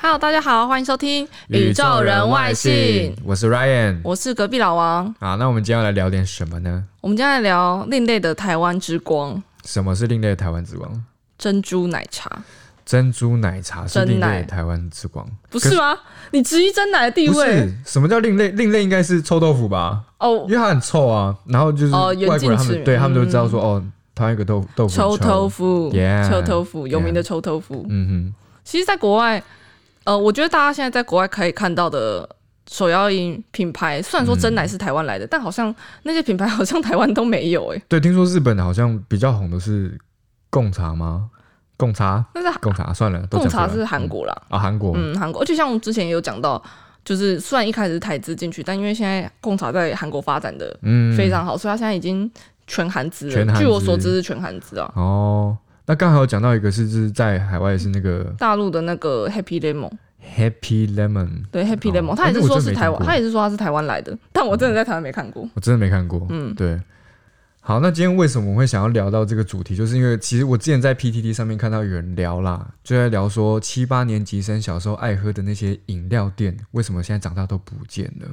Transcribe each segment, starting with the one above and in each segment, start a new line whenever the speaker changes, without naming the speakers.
Hello，大家好，欢迎收听《，
我是 Ryan。
我是隔壁老王。
好，那我们今天要来聊点什么呢？
我们今天来聊另类的台湾之光
什么是另类的台湾之光？
——珍珠奶茶，
珍珠奶茶是
真
另类
奶
的台湾之光，
不是吗？你质疑真奶的地
不
位
是？什么叫另类？另类应该是臭豆腐吧，
哦
因？为它很臭啊。然后就是
哦
外国人他
远近驰
们
名
对他们都知道说，哦，台湾有个豆豆腐
嗯臭
很
豆。腐
Yeah，
臭豆腐有名
yeah
的臭豆腐。
嗯
其实，在国外，呃，我觉得大家现在在国外可以看到的手摇饮品牌，虽
嗯
然说真奶是台湾来的，但好像那些品牌好像台湾都没有哎、
哼，对，听说日本好像比较红的是贡茶吗？贡茶，
但是
贡茶啊算了，都
贡
讲
茶
错了
是韩国啦，
啊，韩国。
嗯，韩国，而且像我们之前也有讲到，就是虽然一开始是台资进去，但因为现在贡茶在韩国发展的
嗯，
非常好，所以它现在已经全韩资
全
了。
韩
据我
资
所知是全韩资啊。
哦，那刚好有讲到一个是就是在海外是那个
大陆的那个 Happy Lemon，
Happy Lemon，
对 Happy
哦
Lemon，、
哎
他也是
那我
说
真
是
没
台
听
湾，
过哦
他也是说他是台湾来的，但我真的在台湾没看过。
我真的没看过。
嗯
对。好，那今天为什么我会想要聊到这个主题？就是因为其实我之前在 PTT 上面看到有人聊啦，就在聊说七八年级生小时候爱喝的那些饮料店，为什么现在长大都不见了？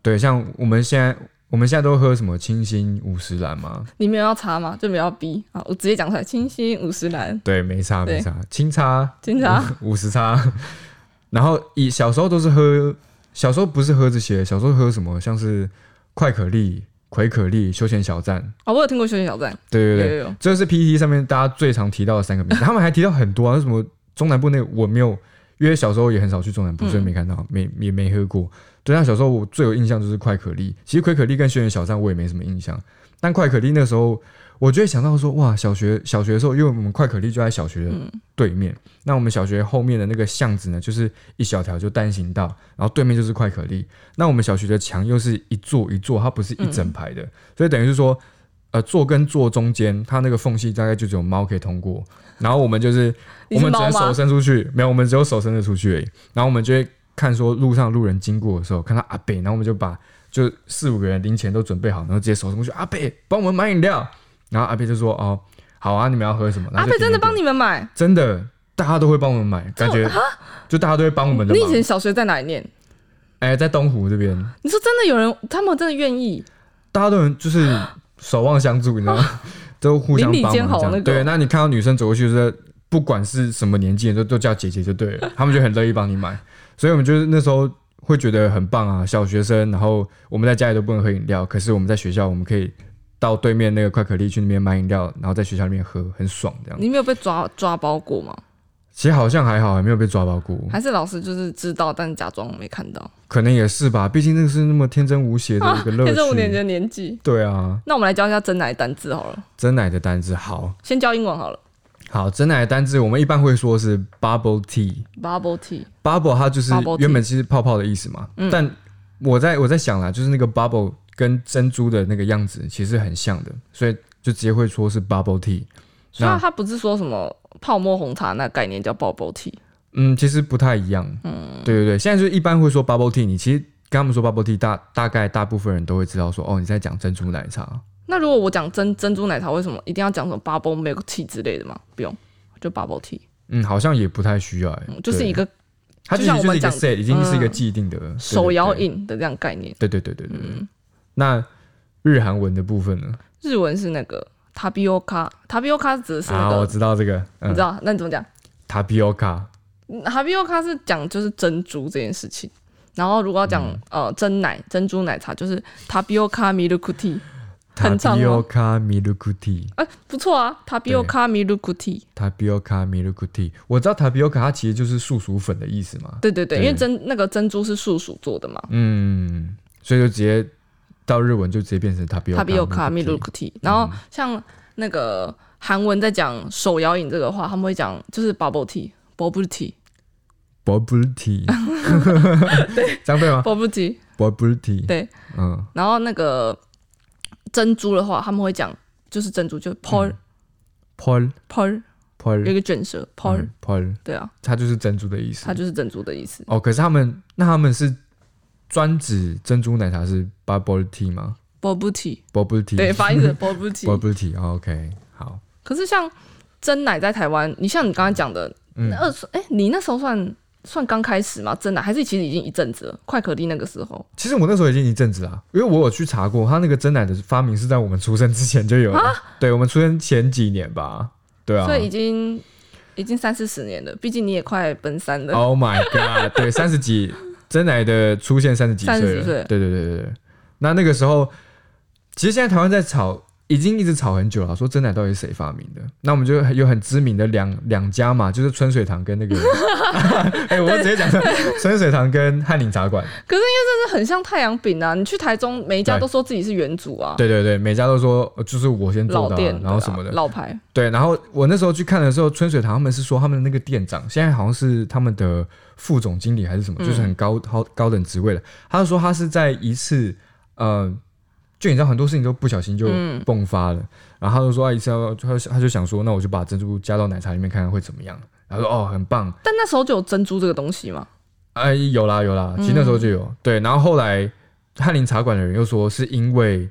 对，像我们现在我们现在都喝什么清新五十兰吗？
你没有要查吗？就没有要逼啊！我直接讲出来，清新五十岚，
对，没差没差，清茶
警察
五十差。 然后以小时候都是喝，小时候不是喝这些，小时候喝什么？像是快可力、葵可力、休闲小站，
哦，我有听过休息小站，
对
有
对对，
有有，
这是 PPT 上面大家最常提到的三个 名字，他们还提到很多啊，什么中南部那个我没有，因为小时候也很少去中南部，
嗯
所以没看到，没也没喝过。对，那小时候我最有印象就是快可丽，其实快可丽跟轩辕小站我也没什么印象，但快可丽那时候我就会想到说，哇，小学小学的时候，因为我们快可丽就在小学的
嗯
对面，那我们小学后面的那个巷子呢，就是一小条就单行道，然后对面就是快可丽，那我们小学的墙又是一座一座，它不是一整排
嗯
的，所以等于是说，呃，座跟座中间，它那个缝隙大概就只有猫可以通过。然后我们就是
你
我
是
们只能
猫吗
手伸出去，没有，我们只有手伸得出去而已。然后我们就会看说路上路人经过的时候，看到阿北，然后我们就把就四五个人零钱都准备好，然后直接手伸过去，阿北帮我们买饮料。然后阿北就说：“哦，好啊，你们要喝什么？”然
阿
后就
贝真的
点
帮
一点
你们买。
真的，大家都会帮我们买，感觉就大家都会帮我们
哦
的
啊你以
忙。
前小学在哪里念？
哎，在东湖这边，
你说真的有人，他们真的愿意？
大家都很就是守望相助，你知道吗？ 都互相
哦邻里
帮
间
忙
好
这样。
那个
对，那你看到女生走过去，就是不管是什么年纪，都都叫姐姐就对了，他们就很乐意帮你买。所以我们就是那时候会觉得很棒啊，小学生，然后我们在家里都不能喝饮料，可是我们在学校我们可以到对面那个快可丽去那边买饮料，然后在学校里面喝，很爽这样。
你没有被抓抓包过吗？
其实好像还好，还没有被抓包过，
还是老师就是知道，但假装没看到？
可能也是吧，毕竟那个是那么天真无邪的一个乐
现在五年级
趣。
的年纪，
对啊，
那我们来教一下真奶单字好了，
真奶的单字好。
先教英文好了
好，真奶的单字我们一般会说是 bubble tea。
，bubble tea。
bubble 它就是
Bubble tea
原本其实泡泡的意思嘛，但我在我在想啦，就是那个 bubble 跟珍珠的那个样子其实很像的，所以就直接会说是 bubble tea。
所以它不是说什么泡沫红茶那概念叫 bubble tea，
嗯，其实不太一样。嗯，对对对，现在就是一般会说 bubble tea，你其实跟他们说 bubble tea，大大概大部分人都会知道说，哦，你在讲珍珠奶茶。
那如果我讲珍珍珠奶茶，为什么一定要讲什么 bubble milk tea 之类的吗？不用，就 bubble tea，、
嗯，好像也不太需要、欸
嗯就是一
个，
个
它其
就像我
实就是
们
一个
讲
set，已经是一个
嗯
既定的对对对
手摇饮嗯的这样概念。
对对对对对对。那日韩文的部分呢？
日文是那个 tapioca，tapioca 指的是那
啊，
个，
我知道这个，
你
嗯
知道？那你怎么讲
，tapioca。
嗯？tapioca 是讲就是珍珠这件事情。然后如果要讲、
嗯
呃真奶珍珠奶茶，就是 tapioca milk tea，很哦长吗
Tapioca milk tea，
哎、不错啊，tapioca milk tea。
tapioca milk tea，我知道 tapioca 它其实就是素薯粉的意思嘛。
对对对，
对
因为珍那个珍珠是素薯做的嘛
嗯，所以就直接到日文就直接变成 tapioca
，tapioca
milk tea
milk tea。然
嗯
后像那个韩文在讲手摇饮这个话，他们会讲就是 bubble tea，bubble tea，bubble
bubble tea，这 样对吗
tea。
？bubble tea，
对，
嗯，
然后那个珍珠的话，他们会讲就是珍珠，就是
嗯
pearl、
pearl
pearl，有
pearl
一个卷舌 pearl，、
嗯 pearl，
对啊，
它就是珍珠的意思
它。就是珍珠的意思。
哦，可是他们那他们是专指珍珠奶茶是 bubble tea 吗
bubble tea，
？bubble tea，
对，发音是 bubble tea。
bubble 哦 tea，OK，好，嗯
可是像真奶在台湾，你像你刚刚讲的，那二十哎，你那时候算算刚开始嘛，真的还是其实已经一阵子了，快可丽那个时候
其实我那时候已经一阵子啊，因为我有去查过，他那个真奶的发明是在我们出生之前就有了，对我们出生前几年吧，对啊
啊所。以已经已经三四十年了，毕竟你也快奔三 了。
Oh my god！对，三十几真奶的出现三十几岁
30
了，
岁
对对对对对。那那个时候，其实现在台湾在吵，已经一直吵很久了，说真奶到底是谁发明的？那我们就有很知名的两两家嘛，就是春水堂跟那 个，哎、我直接讲春水堂跟翰林茶馆，
可是因为这是很像太阳饼啊，你去台中每一家
对
都说自己是原主啊，
对对对，每家都说呃就是我先做
老
的啊、
店的啊，
然后什么的，
老牌，
对，然后我那时候去看的时候，春水堂他们是说他们的那个店长现在好像是他们的副总经理还是什么，就是很高高高等职位了。他就说他是在一次呃，就你知道很多事情都不小心就迸发了，然后他就说啊一次要他就他就想说，那我就把珍珠加到奶茶里面看看会怎么样。然后说哦很棒，
但那时候就有珍珠这个东西嘛，
哎有啦有啦，其实那时候就有、
嗯
对，然后后来翰林茶馆的人又说是因为。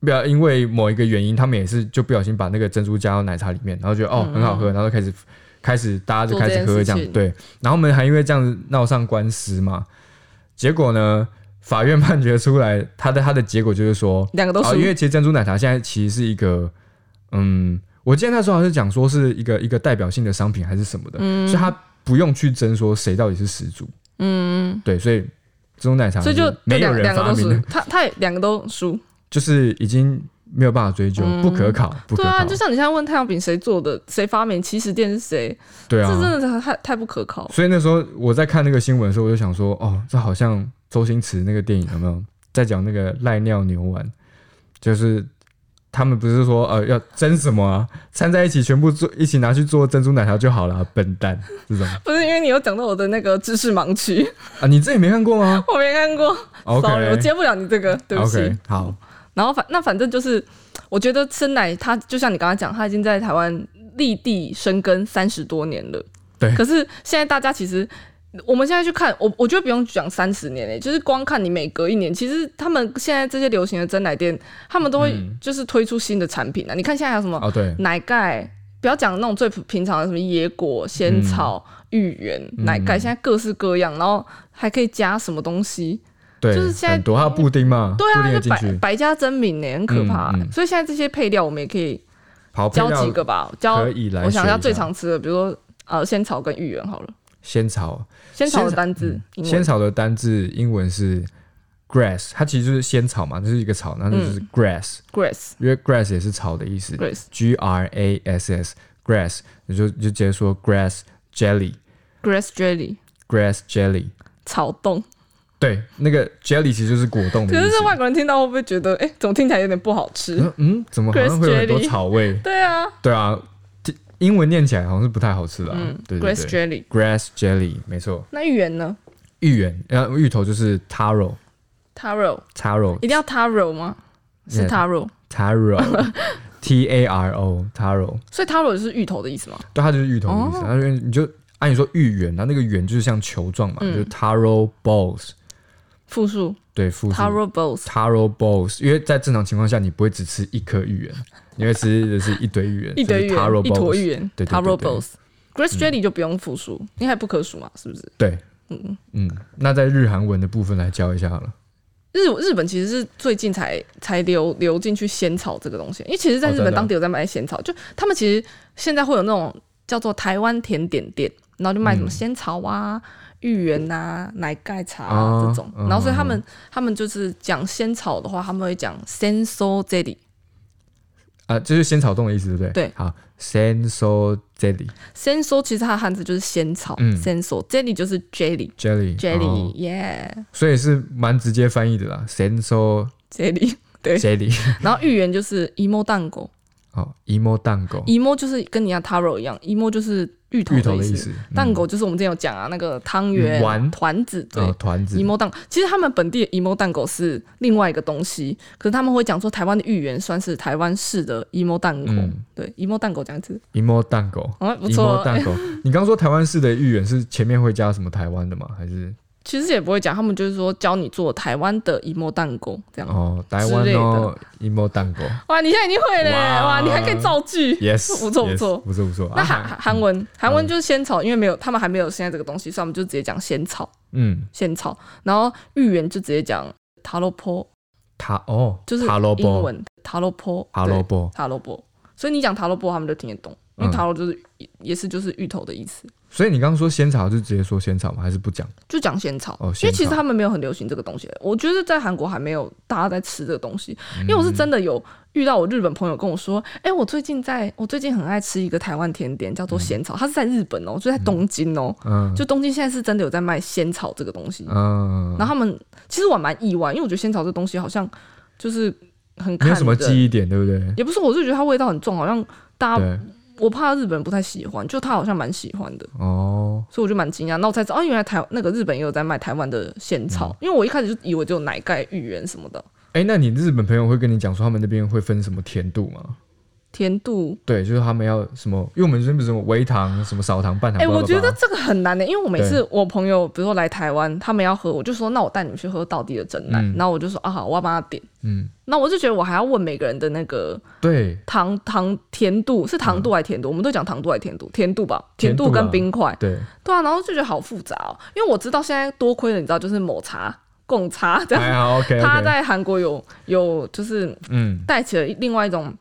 不要因为某一个原因，他们也是就不小心把那个珍珠加到奶茶里面，然后觉得哦、很好喝，然后就开始开始大家就开始喝
嗯做这件事
这样
情
对，然后我们还因为这样子闹上官司嘛，结果呢，法院判决出来，他的他的结果就是说，
两个都
啊，
哦是
因为其实珍珠奶茶现在其实是一个，嗯，我记得那时候好像是讲说是一个一个代表性的商品还是什么的，
嗯
所以他不用去争说谁到底是始祖，嗯，对，所以珍珠奶茶
嗯所以就
就是没有
两
人
两个
发
都
明
输
的，，
他他也两个都输。
就是已经没有办法追究，不可考，不
嗯
可
对啊，
考
就，像你现在问太阳饼谁做的，谁发明，起始店是谁，
对
这
啊，
真的是太太不可靠。
所以那时候我在看那个新闻的时候，我就想说，哦，这好像周星驰那个电影有 没有在讲那个赖尿牛丸，就是。他们不是说呃要争什么啊？掺在一起，全部做一起拿去做珍珠奶茶就好了啊、笨蛋！这种
不是因为你有讲到我的那个知识盲区，
啊，你自己没看过吗哦
我没看过
？OK，
sorry，我接不了你这个，对不起。
OK，好，
然后反那反正就是，我觉得生奶它就像你刚才讲，它已经在台湾立地生根三十多年 了。
对
可是现在大家其实，我们现在去看，我我觉得不用讲三十年嘞、就是光看你每隔一年，其实他们现在这些流行的真奶店，他们都会
嗯
就是推出新的产品啊。你看现在还有什么
哦对，
奶盖，不要讲那种最普平常的什么椰果、仙草、芋圆、奶盖，现在各式各样，然后还可以加什么东西。
对，
就是现在
很多还有布丁嘛，
对
布丁
啊，
也
就
进
百
去，
百家争鸣呢，很可怕、
嗯嗯
所以现在这些配料我们也可以
跑配
教
料
几个吧，教
可以来
我想
学
要
一
最
下
常吃的，比如说呃仙草跟芋圆好了。
仙草，
仙草呃
仙
的
草
单字，英
仙
文
草的单字英文是 grass，它其实就是仙草嘛，这是一个草，那就是
嗯
grass，
grass
因为 grass 也是草的意思
grass
，G R A S S grass，你就你就直接说 grass jelly，grass
grass jelly
jelly。
草冻。
对，那个 jelly 其实就是果冻的
可
意
是这外
思。
国人听到会不会觉得，哎、怎么听起来有点不好吃？
嗯嗯，怎么好像
Grass
会有很多
jelly
草味？
对啊，
对啊，这英文念起来好像是不太好吃的、啊。
嗯
对对
grass
对
jelly。
grass jelly，没错。
那芋圆呢
芋圆，呃，芋头就是 taro
？taro
taro
一定要 taro 吗？是
Yeah
taro，
taro t a r o taro，
所以 taro 是芋头的意思吗？
对，它就是芋头
哦
的意思。它就你就按你说芋圆，然后那个圆就是像球状
嗯
嘛，就是 taro balls，
复数
对，复数
taro balls。
taro balls，因为在正常情况下你不会只吃一颗芋 圆，你会吃的是一堆芋圆，
一堆芋
就是 taro
圆，一坨
balls，
芋圆
对对对
，taro
对嗯
balls。grass jelly 就不用复数，因为还不可数嘛，是不是？
对，嗯嗯，那在日韩文的部分来教一下好了。
日日本其实是最近才才流流进去仙草这个东西，因为其实在
哦
日
真
本
的
当地有在卖仙草，
嗯
就他们其实现在会有那种叫做台湾甜点店，然后就
嗯
卖什么仙草啊、芋圆呐、奶盖茶、啊、
哦
这种，
嗯
然后所以他们他们就是讲仙草的话，他们会讲 senso jelly。
啊，这就是仙草冻的意思，对不对？
对
好，senso jelly
senso 其实它的汉字就是仙草、
嗯
s e n s o jelly 就是 jelly。
jelly
Jelly，
哦
耶、
所以是蛮直接翻译的啦，senso
jelly。对，
jelly
然后芋圆就是 emo 蛋糕
哦，emo 蛋糕，
，emo 就是跟你家 taro 一样，emo 就是芋头
芋头
的
的
意
意
思。
思，嗯
蛋糕就是我们之前有讲啊，那个汤圆、
丸
团子，对
啊，团子
emo 蛋。其实他们本地的 emo 蛋糕是另外一个东西，可是他们会讲说台湾的芋圆算是台湾式的 emo 蛋糕，
嗯
对 emo 蛋糕这样子，
emo 蛋糕
哦，不错
，emo 蛋糕。你刚刚说台湾式的芋圆是前面会加什么台湾的吗？还是
其实也不会讲，他们就是说教你做台湾的一莫蛋糕这样。
哦，台湾
之类
哦
的，
一摸蛋糕
哇，你现在已经会了耶，
哇
哇，你还可以造句
，yes，
不错
yes，
不错。
不错不错。
那
啊
韩韩韩文，韩文就是仙草，因为没有他们还没有现在这个东西，所以我们就直接讲仙草，
嗯，
仙草。然后芋圆就直接讲塔罗坡，
塔哦，
就是
塔罗
英
波，
文塔罗坡，
塔罗
对
波，
塔罗坡。所以你讲塔罗坡，他们就听得懂，因
嗯
为塔罗就是也是就是芋头的意思，
所以你刚刚说仙草就直接说仙草吗？还是不讲？
就讲仙草
哦。
因
仙
为其实
草
他们没有很流行这个东西，我觉得在韩国还没有大家在吃这个东西，因为我是
嗯
真的有。遇到我日本朋友跟我说，哎、我最近在，我最近很爱吃一个台湾甜点，叫做仙草，它是在日本哦，就在东京哦，
嗯
就东京现在是真的有在卖仙草这个东西，
嗯，
然后他们其实我还蛮意外，因为我觉得仙草这东西好像就是很
没
看
有什么
人
记忆点，对不对？
也不是，我就觉得它味道很重，好像大家
对，
我怕日本人不太喜欢，就他好像蛮喜欢的，
哦，
所以我就蛮惊讶，那我才知道哦，原来台那个日本也有在卖台湾的仙草，
嗯
因为我一开始就以为只有奶盖、芋圆什么的，
哎，那你日本朋友会跟你讲说他们那边会分什么甜度吗？
甜度。
对，就是他们要什么，因为我们这边不是什么微糖、什么少啊糖、半糖，
哎、
blah blah
我觉得
blah
这个很难欸的、因为我每次我朋友比如说来台湾，他们要喝，我就说那我带你们去喝道地的真奶，
嗯
然后我就说啊好，我要帮他点，
嗯，
那我就觉得我还要问每个人的那个
对，
糖糖甜度是糖度还是甜度？我们都讲糖度还是甜度？甜度吧，
嗯甜
甜
度啊
度跟冰块。
对，
对啊，然后就觉得好复杂哦，因为我知道现在多亏了你知道，就是抹茶、贡茶这样，
还好 OK，
他在韩国有有就是
嗯
带起了另外一种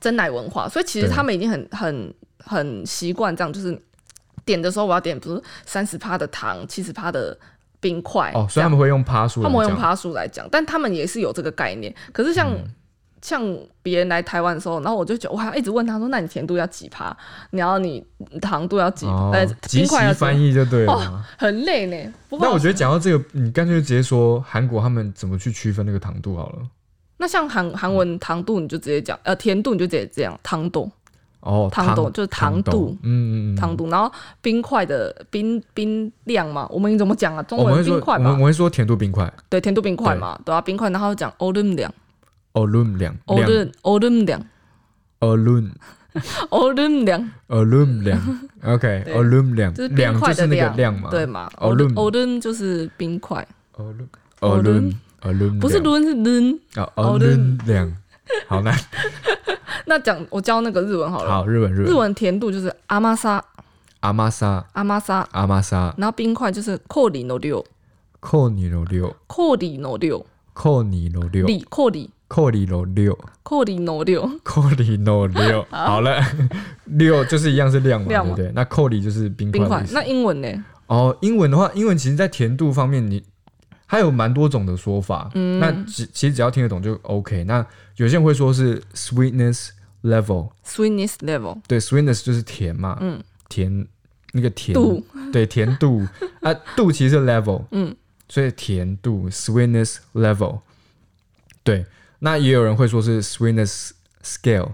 真奶文化，所以其实
对
他们已经很很很习惯这样，就是点的时候我要点，比如三十趴的糖，七十趴的冰块
哦，
这
所以
样
他们会用趴数来
他
讲，
们会用爬树来讲，但他们也是有这个概念。可是像、
嗯
像别人来台湾的时候，然后我就觉得我还要一直问他说：“那你甜度要几趴？然后你糖度要几趴？
哦
呃，
即
冰块要
席
几趴
翻译就对了。
哦很累呢。”不过
那我觉得讲到这个，你干脆就直接说韩国他们怎么去区分那个糖度好了。
那像韩韩文糖度你就直接讲，呃，甜度你就直接这样糖度
哦，
糖
糖
豆就是糖
豆
度
嗯嗯嗯，
糖度，然后冰块的冰冰量嘛，我们怎么讲啊？中
哦我们
文
会说
冰块
我们我
嘛
们，会说甜度冰块
对，甜度冰块嘛，对啊，冰块，然后讲 olim 量
o l u m 两
o
两
l i olim 量
o l u m
olim 量，
o l u m 两 OK
对
o l u m 两
就是
两
冰块
是
的
那个
量
量嘛？
对嘛 o l i
Olim
o l i 就是冰块。
o l u m o l u m o l u m
不是抡是抡。
啊 o l u m 两，好难，
那讲我教那个日文 好了，
好日文日
日
文
文甜度就是阿玛莎
阿玛莎
阿玛莎，
阿玛莎
然后冰块就是扣里诺六
扣你罗六
扣里诺六
扣你罗六
里扣里
扣你罗六
扣里诺六，
扣里诺六，好了， 六就是一样是量嘛，
量
对
嘛
不对？那扣里就是冰
冰
块
块
的意。思。
那英文呢？
哦，英文的话，英文其实在甜度方面，你它有蛮多种的说法。嗯，那只其实只要听得懂就 OK。那有些人会说是 sweetness level，
sweetness level
对，sweetness 就是甜嘛，
嗯，
甜那个甜
度，
对，甜度啊，度其实是 level，
嗯，
所以甜度 sweetness level，对。那也有人会说是 sweetness scale，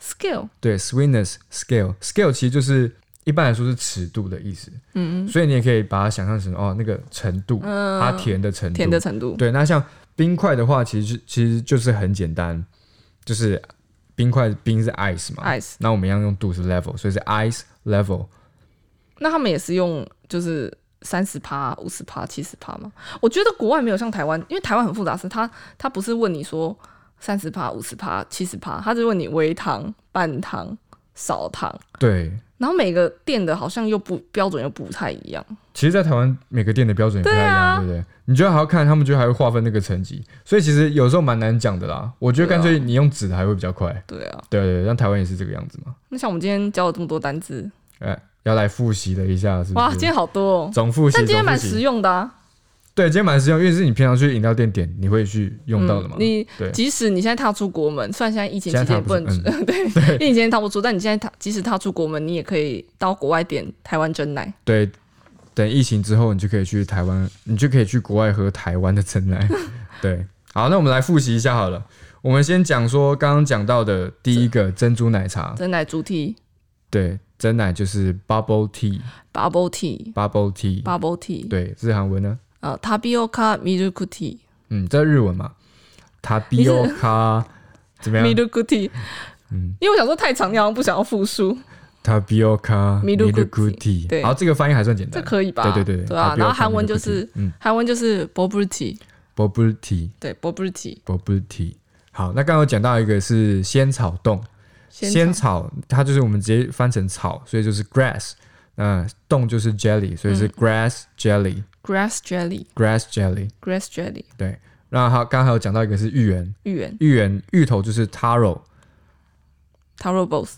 scale
对，sweetness scale scale 其实就是一般来说是尺度的意思，嗯，所以你也可以把它想象成哦那个程度，它甜的程
嗯
度，
甜的程度，
对。那像冰块的话，其实就其实就是很简单，就是冰块冰是 ice 嘛
ice
那我们一样用度是 level，所以是 ice level。
那他们也是用就是三十趴、五十趴、七十趴嘛。我觉得国外没有像台湾，因为台湾很复杂，是他他不是问你说三十趴、五十趴、七十趴，他是问你微糖、半糖、少糖。
对，
然后每个店的好像又不标准又不太一样，
其实，在台湾每个店的标准也不太一
啊
样，对,、不对？你觉得还要看他们，就还会划分那个层级，所以其实有时候蛮难讲的啦。我觉得
对啊
干脆你用纸的还会比较快，
对啊。
对对对，像台湾也是这个样子嘛。
那像我们今天教了这么多单字，
哎，要来复习了一下，是不是？
哇，今天好多哦。
总复习，
但今天蛮
总复习
实用的啊，
对，今天蛮实用，因为是你平常去饮料店点，你会去用到的嘛。
嗯你
对
即使你现在踏出国门，虽然现在疫情期
现
间
在踏
也
不
不能
出
出，
嗯
对，因为你今天踏不出，但你现在踏即使踏出国门，你也可以到国外点台湾真奶。
对，等疫情之后，你就可以去台湾，你就可以去国外喝台湾的真 奶。对，好，那我们来复习一下好了。我们先讲说刚刚讲到的第一个珍珠奶茶，
真奶主题
对，真奶就是 bubble
bubble
tea，bubble
tea
tea，
bubble tea，
对，日韩文呢？
呃，tapioca milk tea
嗯，这日文嘛，tapioca 怎么样？嗯
milk tea，因为我想说太长，你好像不想要复述，
塔比奥卡
Miluguti，
Miluguti
对
好，这个翻译还算简
这
单。
可以吧？
对对对
对啊。
Tapioca
然后韩文就是
Miluguti，嗯
韩文就是 bubble tea，
，bubble tea
对 bubble tea，
bubble tea。好，那刚刚有讲到一个是仙草冻，仙
先
草它就是我们直接翻成草，所以就是 grass。那冻就是 jelly，所以
嗯
是 grass jelly、
grass jelly，grass
grass jelly。
jelly
对，那好，刚刚还有讲到一个是芋圆，
芋圆
芋圆芋头就是 taro，yeah
taro balls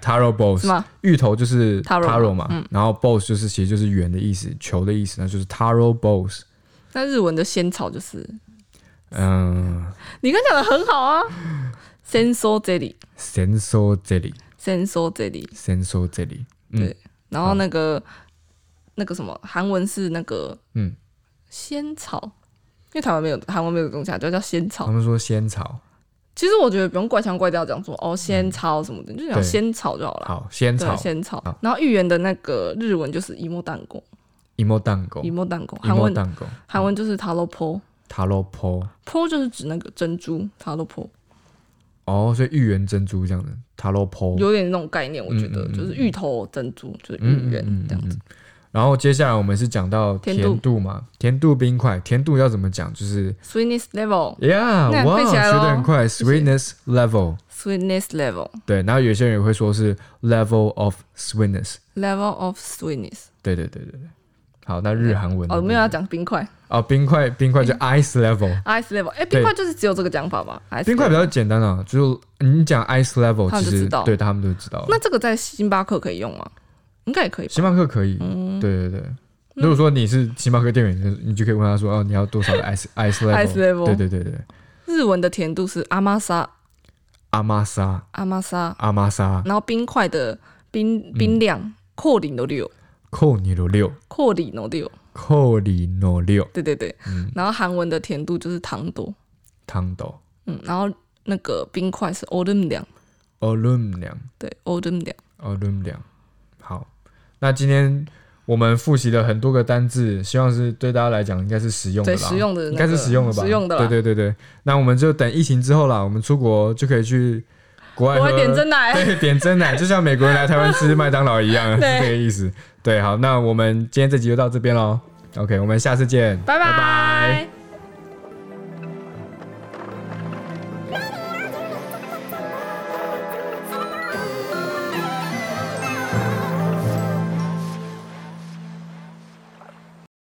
taro
是
balls。
吗？
芋头就是
taro 嗯
嘛，然后 balls 就是其实就是圆的意思，球的意思，那就是 taro balls。
那日文的仙草就是
嗯
你刚讲的很好 啊 s e n s o jelly，senso
，senso jelly，senso
jelly，
jelly。嗯
对，然后那个那个什么韩文是那个
嗯，
仙草，因为台湾没有韩文没有这种讲，就叫仙草
他。们说仙草，
其实我觉得不用怪腔怪调讲说哦仙草什么的，你就讲
嗯对
仙草就好了。
好，仙
哦对，
草
仙草
好。
然后芋圆的那个日文就是一莫蛋公，
，emo 蛋糕
一莫蛋公，韩
，emo
文
哦蛋糕
韩文就是 taro po。
，taro po。
po 就是指那个珍珠，taro po
哦，所以芋圆珍珠这样的，taro po。
有点那种概念，我觉得
嗯嗯嗯
就是芋头珍珠，就是芋
嗯
圆这样子。
然后接下来我们是讲到
甜
甜
度
度嘛，甜度冰块，甜度要怎么讲？就是。
sweetness level
Yeah，
那
哇，
背起
学
来咯
得很快
谢谢
，sweetness level，
sweetness level
对，然后有些人也会说是 level of sweetness，
level of sweetness
对对对对对。好，那日韩文的
哦，
部
没有要
分
讲冰块
哦，冰块冰块就 ice level，
ice level，哎，
对
冰块就是只有这个讲法吧？ice
冰块
level
比较简单啊，就是你讲 ice level，
他们
其
就
实
知道
对他们都知道了。
那这个在星巴克可以用吗？应该也可以吧。
星巴克可以，
嗯
对对对。如果说你是星巴克店员，你就你就可以问他说：“哦，你要多少 的 ice ice level？”
ice level
对对对对，
日文的甜度是阿玛莎
阿玛莎
阿玛莎，
阿玛莎
然后冰块的
嗯
冰冰量扣零的六，
扣你罗六
扣零的六，
扣你罗六
对对对。
嗯
然后韩文的甜度就是糖多，
汤豆
嗯，然后那个冰块是 o l u m 量，
哦论两
对 o l u m 量，
哦论两。好，那今天我们复习了很多个单字，希望是对大家来讲应该是实用的
对
啦，
实用的那个
应该是实用的吧？
实用的啦
对对对对。那我们就等疫情之后啦，我们出国就可以去国外
国外
喝
点真奶，
对，点真奶就像美国人来台湾 吃麦当劳一样，是
对
这个意思。对，好，那我们今天这集就到这边喽。OK，我们下次见，
拜拜。